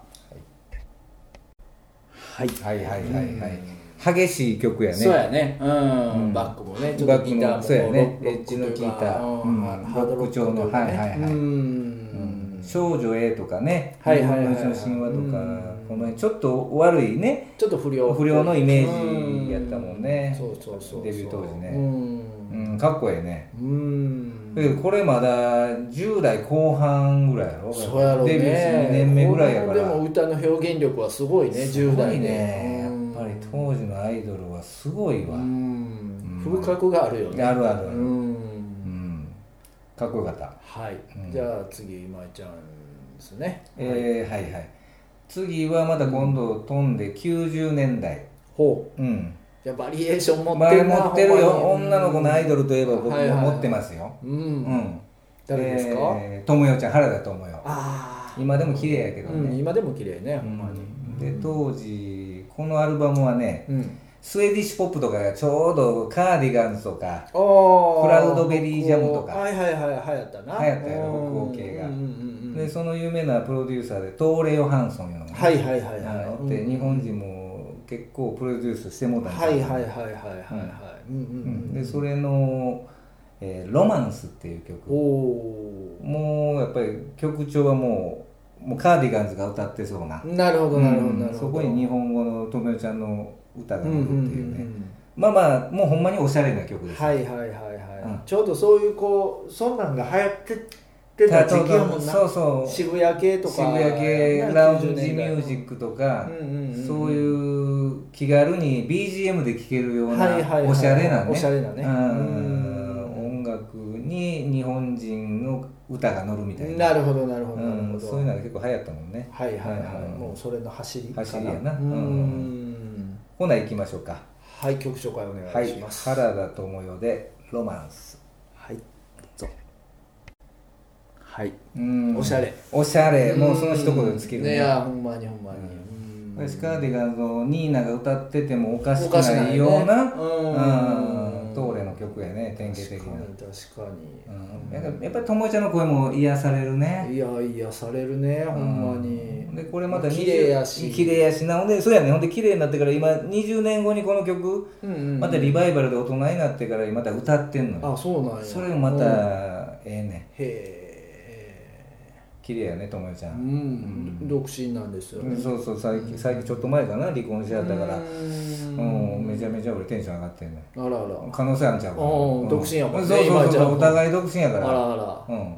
S3: はい
S1: はいはいはいは
S3: う
S1: い
S3: ん
S1: 激しい曲やね
S3: そうやね、うん
S1: うん
S3: バックもね、ちょっ
S1: バ
S3: と
S1: ッ
S3: ギ
S1: ク
S3: タ
S1: も
S3: ーも
S1: そうやね
S3: ロックというか
S1: エッジの効いた
S3: う
S1: うん
S3: んハードロック
S1: ロック調の
S3: とうかね
S1: はいはいはい
S3: うん
S1: 少女 A とかね「
S3: はいはいはいはい
S1: 日本の神話」とか
S3: うん
S1: この辺ちょっと悪いね
S3: ちょっと不良
S1: 不良のイメージやったもんね
S3: うそうそうそう
S1: デビュー当時ね
S3: うん
S1: うんかっこええね
S3: うん
S1: だけどこれまだ10代後半ぐらいやろ
S3: そうやろうね
S1: デビュー2年目ぐらいやから
S3: このでも歌の表現力はすごいね
S1: す
S3: 10
S1: ご
S3: 代
S1: い
S3: ね
S1: ねやっぱり当時のアイドルはすごいわ、
S3: う
S1: うん
S3: ん
S1: うん
S3: 風格があるよね
S1: あるあるある
S3: うん
S1: かっこよかった
S3: はい
S1: うん
S3: じゃあ次今井ちゃんですね
S1: えーはいはい次はまた今度飛んで90年代
S3: ほう
S1: うん
S3: じゃあバリエーション持っ
S1: 前
S3: てるな
S1: 持ってるよ
S3: ほんまに
S1: 女の子のアイドルといえば僕
S3: はい
S1: も
S3: はい
S1: 持ってますよ
S3: うん
S1: うん
S3: 誰ですか
S1: えー智代ちゃん原田智代
S3: ああ
S1: 今でも綺麗やけど
S3: うん
S1: ね、
S3: 今でも綺麗ねほ
S1: うん
S3: んまに
S1: で当時このアルバムはね
S3: うん
S1: スウェーディッシュポップとかがちょうどカーディガンズとか
S3: あー
S1: クラウドベリージャムとか
S3: はいはいはい流行ったな
S1: 流行ったやろ
S3: うん
S1: 北欧系が
S3: うんうんうんう
S1: で
S3: ん
S1: その有名なプロデューサーでトーレ・ヨハンソンいうのがね
S3: はいはいはい
S1: あ
S3: はい
S1: のって日本人も結構プロデュースしてもうたんです
S3: は
S1: よ
S3: いはいはいはいはいはいうんうんん
S1: う
S3: うん
S1: でそれの「えーロマンス」っていう
S3: お
S1: 曲
S3: お
S1: もうやっぱり曲調はもうもうカーディガンズが歌ってそうな
S3: なるほどなるほどなるほど
S1: そこに日
S3: 本
S1: 本語のとめちゃんの歌が
S3: う
S1: 乗
S3: ん
S1: る
S3: うん
S1: っていうね、
S3: うん
S1: まあまあもうほんまにおしゃれな曲
S3: うん
S1: です、
S3: はいはいはいはい、
S1: うん
S3: ちょうどそういうこうそんなんが流行ってってた時期やもんな
S1: そうそう
S3: 渋谷系とか
S1: 渋谷系ラウンジミュージックとか、
S3: うんうんうん
S1: そういう気軽に BGM で聴けるよう
S3: は
S1: ない
S3: はいはいはい
S1: おしゃれなね
S3: おしゃれなね
S1: うん音楽に日本人の歌が乗るみたいな
S3: なるほどなるほどなる
S1: う
S3: ほ
S1: ん
S3: ど、
S1: そういうのが結構流行ったもんね
S3: はいはいはい、
S1: うん
S3: もうそれの走りか
S1: 走りやな
S3: う
S1: うん
S3: ん
S1: ほな行きましょうか
S3: はい曲紹介お
S1: は
S3: 願い
S1: い
S3: します
S1: 原田智代で「ロマンス
S3: はい、どうぞはい」
S1: うん
S3: おしゃれ
S1: おしゃれもうその一言で尽きる
S3: ねい
S1: ね
S3: やほんまにほんまに、うん
S1: 私カーディガンズのニーナが歌っててもおかし
S3: お
S1: く
S3: かしく
S1: な
S3: ない
S1: いような
S3: ねうん
S1: うんトーレの曲やね典型
S3: 確
S1: 的
S3: か
S1: な
S3: に確か
S1: うんやっぱやっぱり友ちゃんの声も癒されるね
S3: にいやいやされるねほんまに
S1: でこれまた20
S3: 綺麗やし
S1: 綺麗やしなほんでそうやねほんで綺麗になってから今20年後にこの曲
S3: うんうん
S1: またリバイバルで大人になってからまた歌ってんのよ
S3: あそうなんや
S1: それもまた
S3: うんへ
S1: ええね
S3: え
S1: 綺麗やねともよちゃ、
S3: うんん独身なんですよ
S1: うんそうそう最近最近ちょっと前かな離婚しちゃったから
S3: う
S1: うんん、めちゃめちゃ俺テンション上がってんのよ
S3: あらあら
S1: 可能性あんちゃうかな
S3: うん独身やもんね
S1: そうそう
S3: 今
S1: そう
S3: じゃあ
S1: お互い独身やか
S3: あ
S1: ら
S3: らあら
S1: うん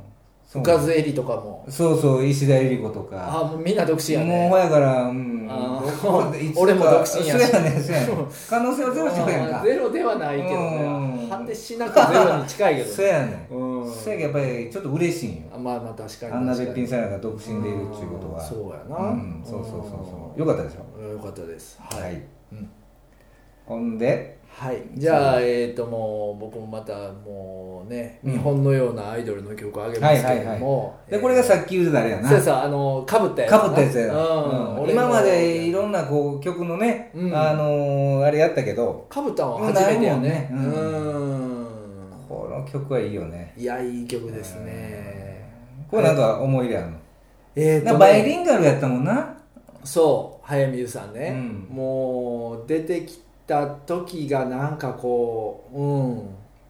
S1: そう
S3: 深津絵里とかも
S1: そうそう石田ゆり子とか
S3: あもうみんな独身や
S1: もう
S3: ね
S1: ほやから、うん
S3: あー
S1: どこでいつか
S3: 俺も独身やし
S1: そうやね、そうやね。可能性はゼロちゃうやん
S3: あ
S1: か。
S3: ゼロではないけど
S1: う
S3: ね
S1: ん
S3: 果てしなくゼロに近いけどね
S1: そうやね。
S3: うん
S1: そうやけどやっぱりちょっと嬉しいんよ。
S3: あまあまあ確かに
S1: あんなべっぴん
S3: さ
S1: さんやから独身でいるっていうことは。
S3: そうやな、
S1: うん、そうそうそうそう。よかったでしょ。
S3: うんよかったですはい、
S1: はい。
S3: うん
S1: ほんで、
S3: はい、じゃあえっ、ともう僕もまたもうね
S1: うん
S3: 見本のようなアイドルの曲をあげますけれども
S1: で、これがさ
S3: っき
S1: っき言うてたあれやな
S3: そう。そうあのかぶったやつ
S1: かぶったやつやな
S3: うん
S1: うん
S3: 俺も
S1: 今までいろんなこう曲のね、
S3: うん
S1: あのーあれやったけど、
S3: かぶったんは初めてやねう
S1: ないもんね
S3: ん
S1: この曲はいいよね。
S3: いやいい曲ですね
S1: これなんか思い入れあるの。
S3: えー
S1: なん
S3: と
S1: か
S3: ね
S1: バイリンガルやったもんな。
S3: そう早見優さんね、
S1: うん
S3: もう出てきた時がなんかこ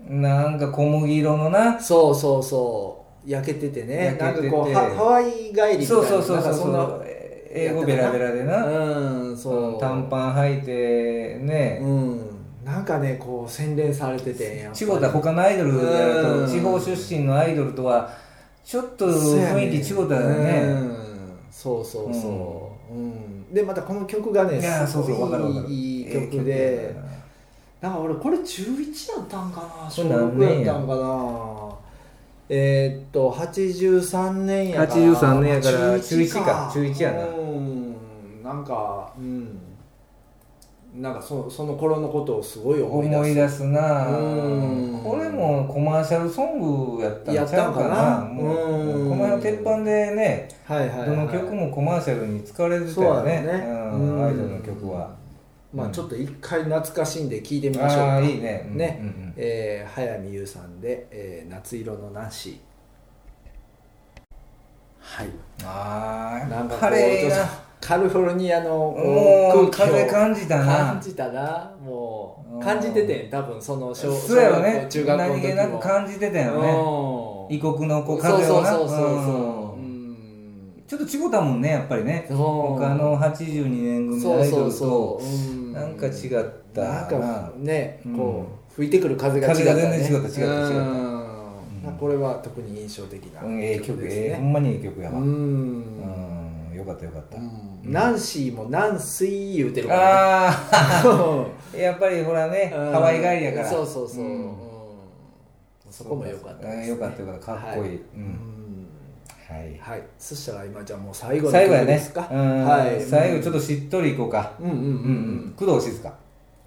S3: ううん
S1: なんか小麦色のな。
S3: そうそうそう焼けててね
S1: 焼けてて
S3: なんかこうハハワイ帰りみたいな
S1: そうそうそう
S3: なん
S1: そう
S3: かそ
S1: そ
S3: んな
S1: う。え英語ベラベラでな、
S3: うんそう
S1: 短パン履いてね、
S3: うんなんかねこう洗練されててやっぱり
S1: 地方で他のアイドルやる
S3: う
S1: と
S3: ん
S1: 地方出身のアイドルとはちょっと
S3: そうやね
S1: 雰囲気違うだよ
S3: う
S1: ね
S3: んそうそうそう、うんでまたこの曲がね
S1: いや
S3: す
S1: そう
S3: ごい
S1: そうわかるわかる
S3: いい
S1: ええ
S3: 曲でなんか俺これ中1やったんかな
S1: こ
S3: 小
S1: れ何
S3: 6や
S1: 年や
S3: ったんかなえーっと83年やから
S1: 83年やから中
S3: 中
S1: 一
S3: 1
S1: やな
S3: うんなんかうんなんかそその頃のことをすごい思い出す
S1: 思い出すな
S3: うん
S1: これもコマーシャルソングやったんちゃうか
S3: やったんかな
S1: なもう
S3: うん
S1: この辺の鉄板でね
S3: はいはい、はい、
S1: どの曲もコマーシャルに使われてたよね
S3: そうやろね
S1: うん
S3: うん
S1: アイドルの曲は
S3: まあちょっと一回懐かしんで聴いてみましょう
S1: あ
S3: か
S1: あいいねうん
S3: ね
S1: うんうん
S3: えー早見優さんで、えー夏色のナンシー」はい
S1: ああ
S3: なんかこ
S1: カ
S3: うち
S1: レー
S3: ょっ
S1: な
S3: とカリフォルニアのこ
S1: もう
S3: 空気を
S1: 風感じた
S3: 感
S1: な
S3: じたなも
S1: う
S3: うん感じててん多分その小
S1: そうやろ
S3: 小学
S1: ね
S3: 校中学校の
S1: 何
S3: 時
S1: 気
S3: も
S1: なく感じてたよね
S3: うん
S1: 異国のこう風をな
S3: そうそうそうそう
S1: う
S3: うんん
S1: ちょっと違うたもんねやっぱりね
S3: そう
S1: 他の82年組の
S3: そ
S1: ア
S3: う
S1: イド
S3: そう
S1: ルと
S3: そう
S1: なんか違
S3: う
S1: った
S3: なんかね
S1: うん
S3: こう吹いてくる風が違ったね
S1: 風が全然違った違った違った
S3: うんこれは特に印象的な
S1: うんええ曲
S3: です
S1: ええほ
S3: ね
S1: んまにええ曲やわ
S3: う
S1: うん
S3: ん
S1: よかったよかった
S3: うんナンシーもナンスイー言うてるからね
S1: あ
S3: うん
S1: あやっぱりほらね
S3: うん
S1: ハワイ帰りやから
S3: そうそうそう、
S1: ん
S3: うんそこも良かった
S1: うんよかったよかったかっこいい
S3: は
S1: う
S3: うんん
S1: はい
S3: はいそしたら今じゃあもう最後の
S1: 最
S3: 曲
S1: 後や
S3: で
S1: ね
S3: すか、
S1: うん
S3: はい
S1: 最後ちょっとしっとりいこうか
S3: うんうんうんう
S1: うんうん
S3: ん
S1: 工藤静香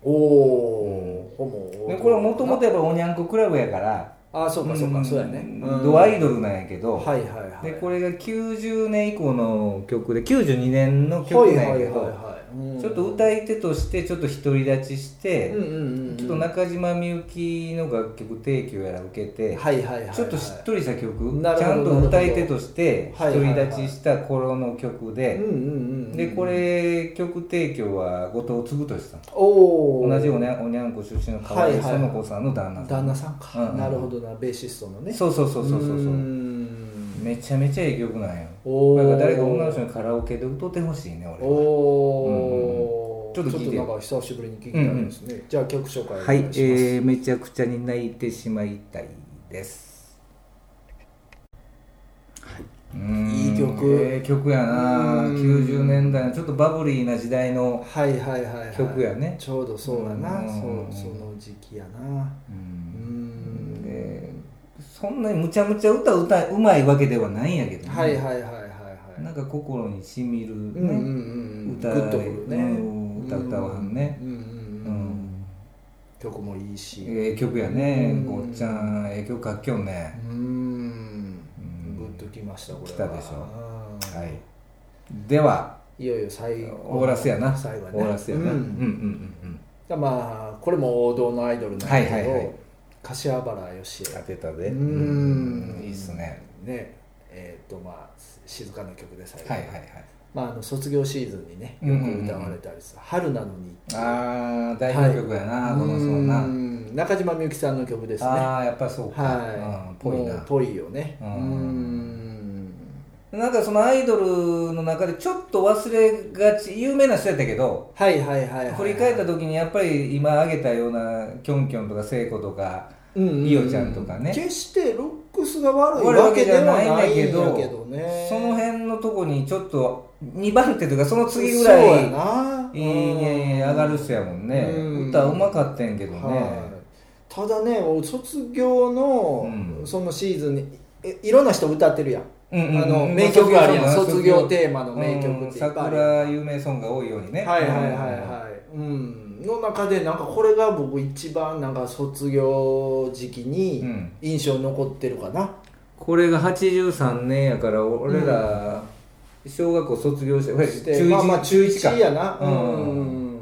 S3: おおほぼ
S1: でこれはもともとやっぱおにゃんこクラブやから
S3: あそうかそうか、
S1: ん
S3: そうやね
S1: ドアイ
S3: ド
S1: ドルなんやけど、
S3: はいはいはい
S1: でこ
S3: れ
S1: れが90年以降の曲で92年の曲なんやけ
S3: はいはい
S1: ど
S3: はいはいうん
S1: ちょっと歌い手としてちょっと独り立ちして、
S3: うんうんうん
S1: ちょっと中島みゆきの楽曲提供やら受けて、
S3: はいはいはいはい
S1: ちょっとしっとりした曲、
S3: なる
S1: ち
S3: ほ
S1: ゃ
S3: ど
S1: んと歌い手として
S3: なる
S1: 独
S3: ほど
S1: り立ちした頃の曲で、
S3: うんうんうんうん
S1: でこれ曲提供は後藤嗣俊さん
S3: おお
S1: 同じおにゃおにゃんこ出身の河合園子さんの旦那さ
S3: 旦
S1: ん、
S3: 那さんか、
S1: うんうん
S3: なるほどなベーシストのね
S1: そうそうそうそうそうそう
S3: ー
S1: うんめちゃめちゃええ曲なんよ
S3: お
S1: だ
S3: ー
S1: から誰か女の人にカラオケで歌ってほしいね俺は
S3: おお、
S1: うんうんちょっと聞いてよ
S3: なんか久しぶりに聞きたいですね、じゃあ曲紹介お
S1: は
S3: 願
S1: い
S3: いしま、す、
S1: えー、めちゃくちゃに泣いてしまいたいです、うーん
S3: いい曲
S1: ええ曲やな
S3: うん
S1: 90年代のちょっとバブリーな時代の
S3: はいはいはい、はい、
S1: 曲やね
S3: ちょうどそうやな、
S1: うん
S3: そうその時期やな
S1: う
S3: うんん
S1: でそんなにむちゃむちゃ歌うたうまいわけではないんやけどね、
S3: はいはいはいはいはい
S1: なんか心にしみるね、
S3: うんうんうん
S1: 歌
S3: グッとくるね、
S1: うん歌歌わはんね
S3: うんうん
S1: う
S3: うん、うん
S1: ん
S3: 曲もいいし、
S1: ええ曲やね
S3: うん
S1: ごっちゃんええ曲書きよね
S3: うーん
S1: うん
S3: グッときましたこれは
S1: 来たでしょ
S3: うん
S1: はいではい
S3: よいよ最後
S1: オーラスやな
S3: 最後やね
S1: オーラスやな
S3: う
S1: うんんうんうん
S3: がまあこれも王道のアイドルなんだけど、
S1: はいはいはい
S3: 柏原芳
S1: うん
S3: 恵
S1: 当てたで
S3: うー
S1: うんんいいっすね
S3: ねえー、とまあ静かな曲で最後、
S1: はいはいはい
S3: まあ、あの卒業シーズンにね
S1: うんうんうん
S3: よく歌われたりする「春なのに」
S1: ああ代表曲やなこのそん
S3: うー
S1: なん
S3: 中島みゆきさんの曲ですねは
S1: ああやっぱそうかうん
S3: い
S1: ぽい
S3: もう
S1: な
S3: ぽいよねう
S1: う
S3: ー
S1: ん
S3: ん
S1: なんかそのアイドルの中でちょっと忘れがち有名な人やったけど
S3: はいはいはい、はい、
S1: 振り返った時にやっぱり今挙げたようなキョンキョンとか聖子とか
S3: うんうんうん
S1: いおちゃんとかね
S3: 決してロックスが悪い
S1: 悪い
S3: わ
S1: わ
S3: け
S1: け
S3: で
S1: じ
S3: は
S1: ゃ
S3: な
S1: ないい
S3: ん
S1: ん
S3: だ
S1: だ
S3: け
S1: け
S3: ど
S1: ど
S3: ね
S1: その辺のとこにちょっと2番手というかその次ぐらいいいね上がる人やもんね
S3: うん
S1: 歌うまかったんやけ
S3: け
S1: ど
S3: ど
S1: ね
S3: ただね俺卒業の、
S1: うん
S3: そのシーズンにえいろんな人歌ってるやん、
S1: うんうんうん
S3: あの
S1: まあ
S3: 名曲があるやん
S1: 卒業
S3: 卒業テーマの名曲
S1: うん
S3: っていっぱいあるやん
S1: 桜有名ソングが多いようにね
S3: はいはいはいはい、うん、の中でなんかこれが僕一番なんか卒業時期
S1: う
S3: に
S1: ん
S3: 印象に残ってるかな、
S1: これが83年やから俺ら小学校卒業してこれ
S3: して
S1: 中
S3: まあまあ
S1: 1
S3: 中
S1: 中
S3: 1
S1: 1か
S3: やなう
S1: うん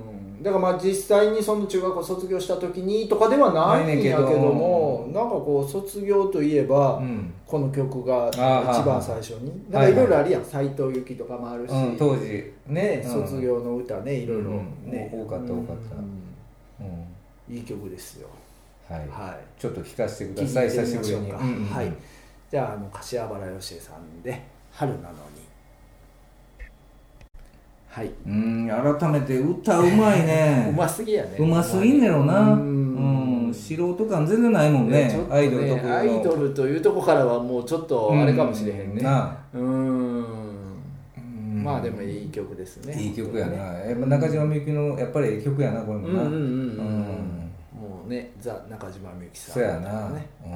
S1: ん、
S3: だからまあ実際にその中学校卒業した時にとかではないんやけども
S1: な
S3: なんかこう卒業といえば、
S1: うん
S3: この曲が一番最初に
S1: あ
S3: な
S1: ー
S3: ん
S1: は
S3: か
S1: い
S3: いろいろあるやん斎藤由貴とかもあるし、
S1: うん当時
S3: ね
S1: ねうん
S3: 卒業の歌ねいろいろね、
S1: うん多かった多かっ
S3: う
S1: た
S3: ん
S1: うん
S3: いい曲ですよ
S1: はい
S3: はい
S1: ちょっと聞かせてくださ
S3: 聞
S1: い
S3: いて
S1: 久
S3: み
S1: し
S3: ま
S1: ぶ
S3: し
S1: り
S3: ょう
S1: に
S3: か、
S1: うんうん
S3: はいじゃああの柏原芳恵さんで「春なのに」はい、
S1: うん改めて歌うまいね
S3: うますぎやね
S1: うますぎんねやろな
S3: う
S1: うんん素人感全然ないもんね
S3: ちょっと
S1: アイドルところの
S3: アイドルというとこからはもうちょっとあれかもしれへんね
S1: うんな
S3: うーん
S1: うん
S3: まあでもいい曲ですね
S1: いい曲やなやっぱ中島みゆきのやっぱりいい曲やなこれも
S3: うんうん
S1: な
S3: うんうん、
S1: うん
S3: もうねザ・中島みゆきさん
S1: そうやな
S3: ね
S1: う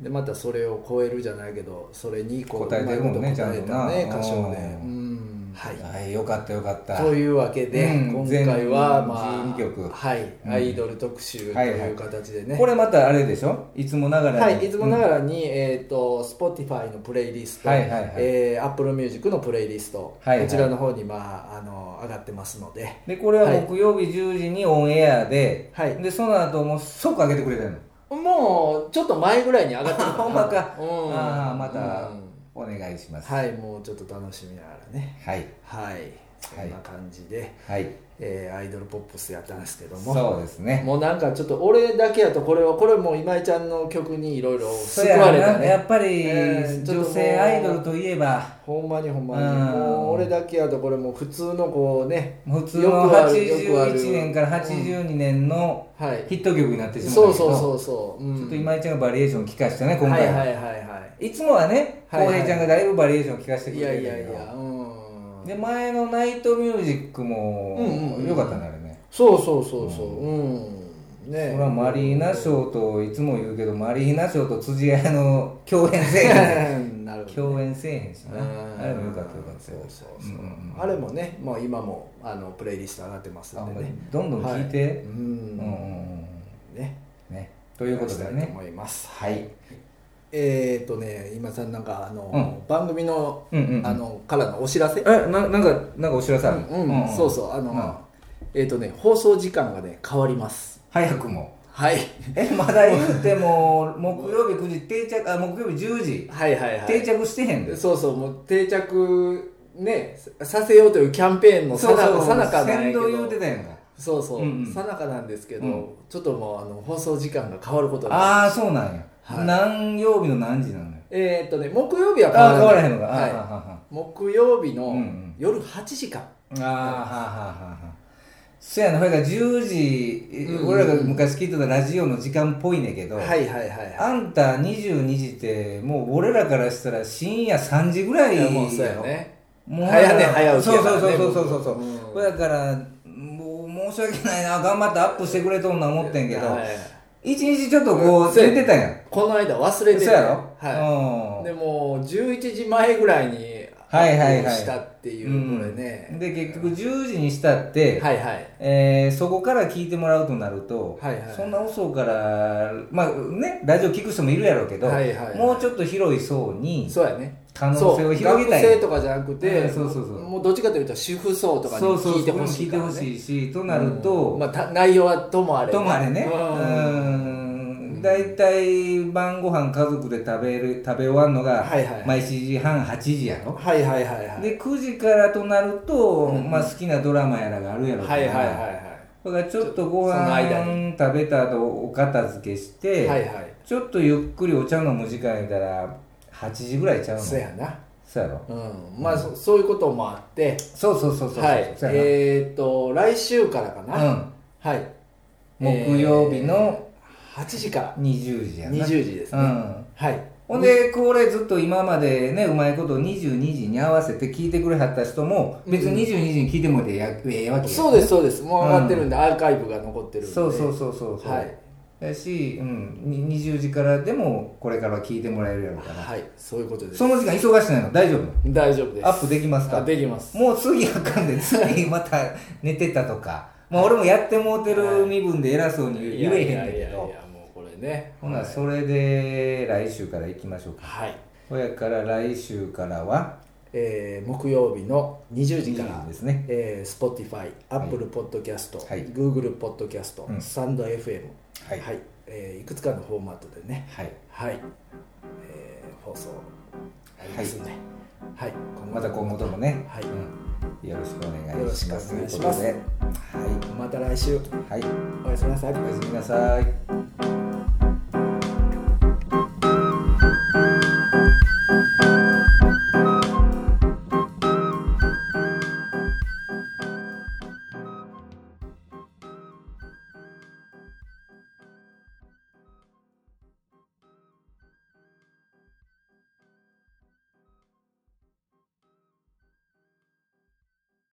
S1: ん
S3: でまたそれを超えるじゃないけどそれにこう
S1: 答えてるもんね
S3: うまいこと答えたね
S1: ちゃんとな
S3: 歌唱でう
S1: う
S3: んはい
S1: はいよかったよかった
S3: というわけで、
S1: うん
S3: 今回はま
S1: 全
S3: あ
S1: 12曲
S3: はい、
S1: うん
S3: アイドル特集と
S1: はいはいいう
S3: 形でね、
S1: これまたあれでしょいつもながらに
S3: はい、いつもながらに、えっ、と Spotify のプレイリスト、
S1: はいはいはい
S3: えー、Apple Music のプレイリスト、
S1: はいはい
S3: こちらの方にまああの上がってますので、
S1: でこれは木曜日10時にオンエアで、
S3: はい
S1: でその後もう即上げてくれてるの
S3: もうちょっと前ぐらいに上がってる
S1: ほんまか
S3: うん、
S1: ああまた
S3: うん
S1: お願いします
S3: はい、もうちょっと楽しみながらね、
S1: はい
S3: はい、そんな感じで、
S1: はい
S3: えーアイドルポップスやったんですけども。
S1: そうですね
S3: もうなんかちょっと俺だけやとこれはこれも今井ちゃんの曲にいろいろ
S1: そう
S3: 救
S1: や
S3: わ
S1: な
S3: れたね
S1: やっぱり
S3: えーちょっとも
S1: 女
S3: う
S1: 性アイドルといえば
S3: ほんまにほんまに
S1: うん
S3: もう俺だけやとこれもう普通のこうね
S1: 普通
S3: よ
S1: の
S3: くあるよくある
S1: 81年から82年の
S3: はい
S1: ヒット曲になってしま
S3: そう
S1: けど
S3: そうそうそう、うん
S1: ちょっと今井ちゃんがバリエーションを聞かしてね今
S3: はいは
S1: 回
S3: い
S1: は
S3: はいはい
S1: つもはね
S3: はいはい
S1: 浩平ちゃんがだいぶバリエーションを聞かせて
S3: い
S1: く
S3: い
S1: れ
S3: や
S1: て
S3: い
S1: るけど
S3: やいやうん
S1: で前のナイトミュージックも
S3: うんうんうん
S1: 良かったねあれね
S3: そうそうそうそううん、ね
S1: これはマリーナ賞といつも言うけどマリーナ賞と辻彩の 共演せえへ
S3: なるほ
S1: ん
S3: ど
S1: 共演せえへんしな
S3: うん
S1: あれも良かった良かった
S3: そうそうそう、
S1: んんうん
S3: あれもねもう今もあのプレイリスト上がってます
S1: あほ
S3: ん
S1: ん
S3: で
S1: ま
S3: ね
S1: どんどん聞いて
S3: う
S1: うんうん
S3: んね
S1: ねということ
S3: し
S1: で
S3: たいと
S1: ね
S3: 思います
S1: はい
S3: えっ、ー、とね今井さんなんかあの、
S1: う
S3: 番組の
S1: うんうんうん
S3: あのからのお知らせ
S1: えななんかなんかお知らせある
S3: うん、そうそうあの、えっ、とね放送時間がね変わります
S1: 早くも
S3: はい
S1: え まだ言うても木曜日9時定着あ木曜日10時
S3: はいはいはい
S1: 定着してへんで
S3: そうそうもう定着ねさせようというキャンペーンのさなさなかなんや
S1: 先
S3: けど
S1: 導言うてたやんか
S3: そうそう、
S1: うんうん
S3: さなかなんですけど、
S1: うん
S3: ちょっともうあの放送時間が変わることに
S1: ああそうなんや、
S3: はい
S1: 何曜日の何時なのよ
S3: えーっとね木曜日は
S1: ああ変わらへん
S3: い
S1: のか、
S3: はい
S1: ああは
S3: 木曜日の
S1: うんうん
S3: 夜8時から、
S1: あはあはあはあそやなほやから10時、え
S3: うんうん
S1: 俺らが昔聞いてたラジオの時間っぽいねんけど、
S3: はいはいはいは
S1: あんた22時ってもう俺らからしたら深夜3時ぐら
S3: い
S1: い
S3: いやもうそうやね
S1: もう
S3: 早寝早起き
S1: そう
S3: や
S1: そ
S3: から
S1: う
S3: ね
S1: そうそうそうそうそう
S3: 僕うん
S1: だからもう申し訳ないな頑張ってアップしてくれとんな思ってんけど
S3: はい
S1: 一日ちょっとこ
S3: うん
S1: う
S3: そうや
S1: 出てたやん
S3: この間忘れてて
S1: そうやろ
S3: は
S1: うん
S3: い、でも11時前ぐらいに
S1: はいはいはい
S3: アップしたっていう、
S1: うん
S3: これね
S1: で結局10時にしたって、
S3: はいはい
S1: えーそこから聞いてもらうとなると、
S3: はいはい
S1: そんな遅うからまあねラジオ聞く人もいるやろうけど、
S3: はいはいはい
S1: もうちょっと広い層に
S3: そうやね
S1: 可能性を広げたい
S3: そう学生とかじゃなくて、
S1: うんそうそうそう
S3: もうどっちかというと主婦層とかに
S1: そうそう
S3: 聞いてほしいから、ね、
S1: 聞いてほしいしとなると、
S3: うんまあ、た内容はともあれ、
S1: ともあれね
S3: う
S1: うんん大体晩ご飯家族で食べる食べ終わるのが、
S3: はいはい
S1: まあ、1時半8時やろ
S3: はいはいはいはい
S1: で9時からとなると、
S3: うん
S1: まあ、好きなドラマやらがあるやろうか
S3: は
S1: ら
S3: いはいはいは
S1: だからちょっとご
S3: その間
S1: 飯食べた後お片付けして、
S3: いはいはい
S1: ちょっとゆっくりお茶飲む時間やったら8時ぐらいちゃうの
S3: そうやな
S1: そうやろ
S3: うんまあそそういうこともあって
S1: そうそうそうそうそう
S3: はい
S1: そうや
S3: えーっと来週からか
S1: な
S3: なはい
S1: うん、木曜日の
S3: 8時から
S1: 20時やな
S3: 20時です
S1: う
S3: ね
S1: ん
S3: はい
S1: ほんで、これずっと今までね、うまいこと22時に合わせて聞いてくれはった人も、別に22時に聞いてもええやええわけや
S3: そうですそうですもう上がってるんでアーカイブが残ってるんで
S1: そうそうそうそうそう。
S3: はい
S1: だし、うん、に20時からでもこれからは聞いてもらえるやろうから。
S3: はいそういうことです
S1: その時間忙しくないの大丈夫
S3: 大丈夫です
S1: アップできますか
S3: あできます
S1: もう次あかん で、次また寝てたとか。まあ俺もやってもうてる身分で偉そうに言えへんだ
S3: い
S1: け
S3: やいやいやい
S1: ど。
S3: やもうこれね
S1: ほな、それで来週から行きましょうか。
S3: はい
S1: ほやから来週からは、
S3: えー木曜日の20時から
S1: いいですね。
S3: えー、Spotify、Apple Podcast、
S1: はい
S3: Google Podcast、
S1: うん
S3: スタンド FM、
S1: はい
S3: えーいくつかのフォーマットでね、
S1: はい。
S3: はいえー放送ありますね。はい、
S1: また今後ともね、
S3: はい
S1: うんよろしくお願
S3: よろ
S1: い
S3: し
S1: し
S3: くお
S1: ま
S3: 願
S1: す。
S3: いします
S1: ということで、
S3: また来週
S1: はい、はい、
S3: おやすみなさい。
S1: おやすみなさい。